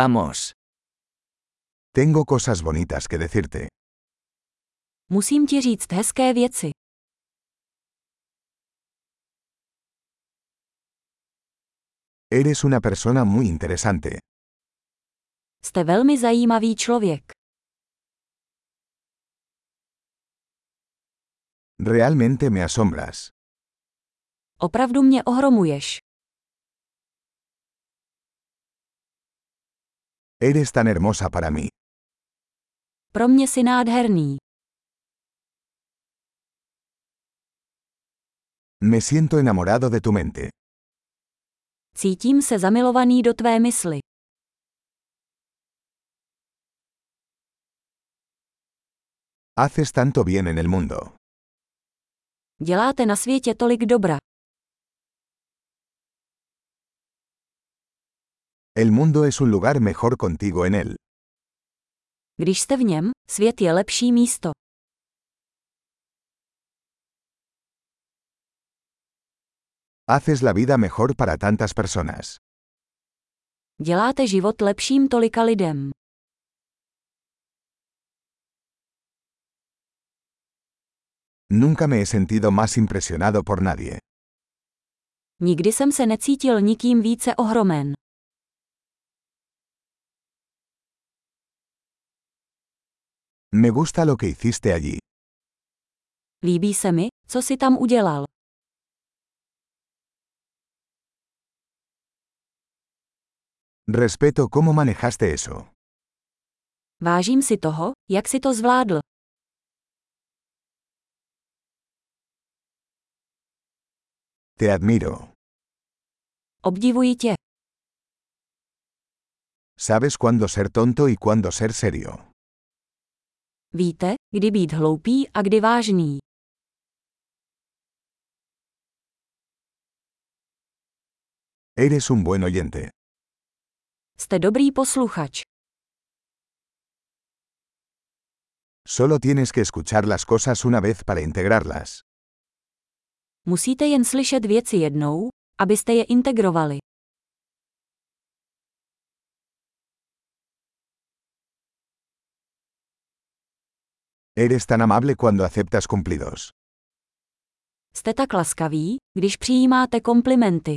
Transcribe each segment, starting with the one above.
Vamos. Tengo cosas bonitas que decirte. Musím ti říct hezké věci. Eres una persona muy interesante. Jste velmi zajímavý člověk. Realmente me asombras. Opravdu mě ohromuješ. Eres tan hermosa para mí. Pro mě si nádherný. Me siento enamorado de tu mente. Cítím se zamilovaný do tvé mysli. Haces tanto bien en el mundo. Děláte na světě tolik dobra. El mundo es un lugar mejor contigo en él. Když jste v něm, svět je lepší místo. Haces la vida mejor para tantas personas. Děláte život lepším tolika lidem. Nunca me he sentido más impresionado por nadie. Nikdy jsem se necítil nikým více ohromen. Me gusta lo que hiciste allí. Líbí se mi, co si tam udělal. Respeto cómo manejaste eso. Vážím si toho, jak si to zvládl. Te admiro. Obdivuji tě. Sabes cuándo ser tonto y cuándo ser serio. Víte, kdy být hloupý a kdy vážný. Eres un buen oyente. Jste dobrý posluchač. Solo tienes que escuchar las cosas una vez para integrarlas. Musíte jen slyšet věci jednou, abyste je integrovali. Eres tan amable cuando aceptas cumplidos. Jste tak laskaví, když přijímáte komplimenty.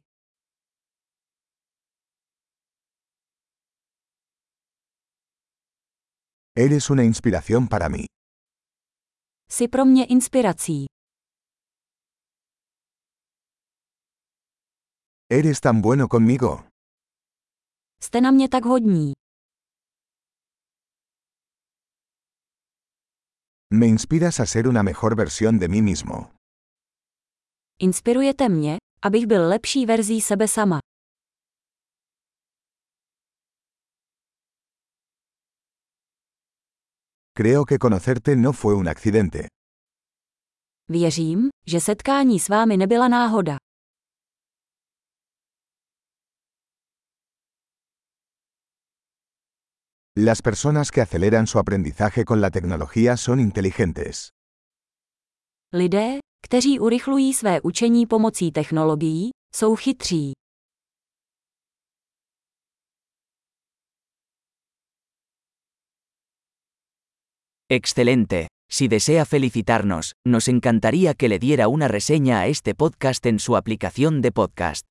Eres una inspiración para mí. Jsi pro mě inspirací. Eres tan bueno conmigo. Jste na mě tak hodní. Me inspiras a ser una mejor versión de mí mismo. Inspirujete mě, abych byl lepší verzí sebe sama. Creo que conocerte no fue un accidente. Věřím, že setkání s vámi nebyla náhoda. Las personas que aceleran su aprendizaje con la tecnología son inteligentes. Lidé, kteří urychlují své učení pomocí technologií, jsou chytří. Excelente. Si desea felicitarnos, nos encantaría que le diera una reseña a este podcast en su aplicación de podcast.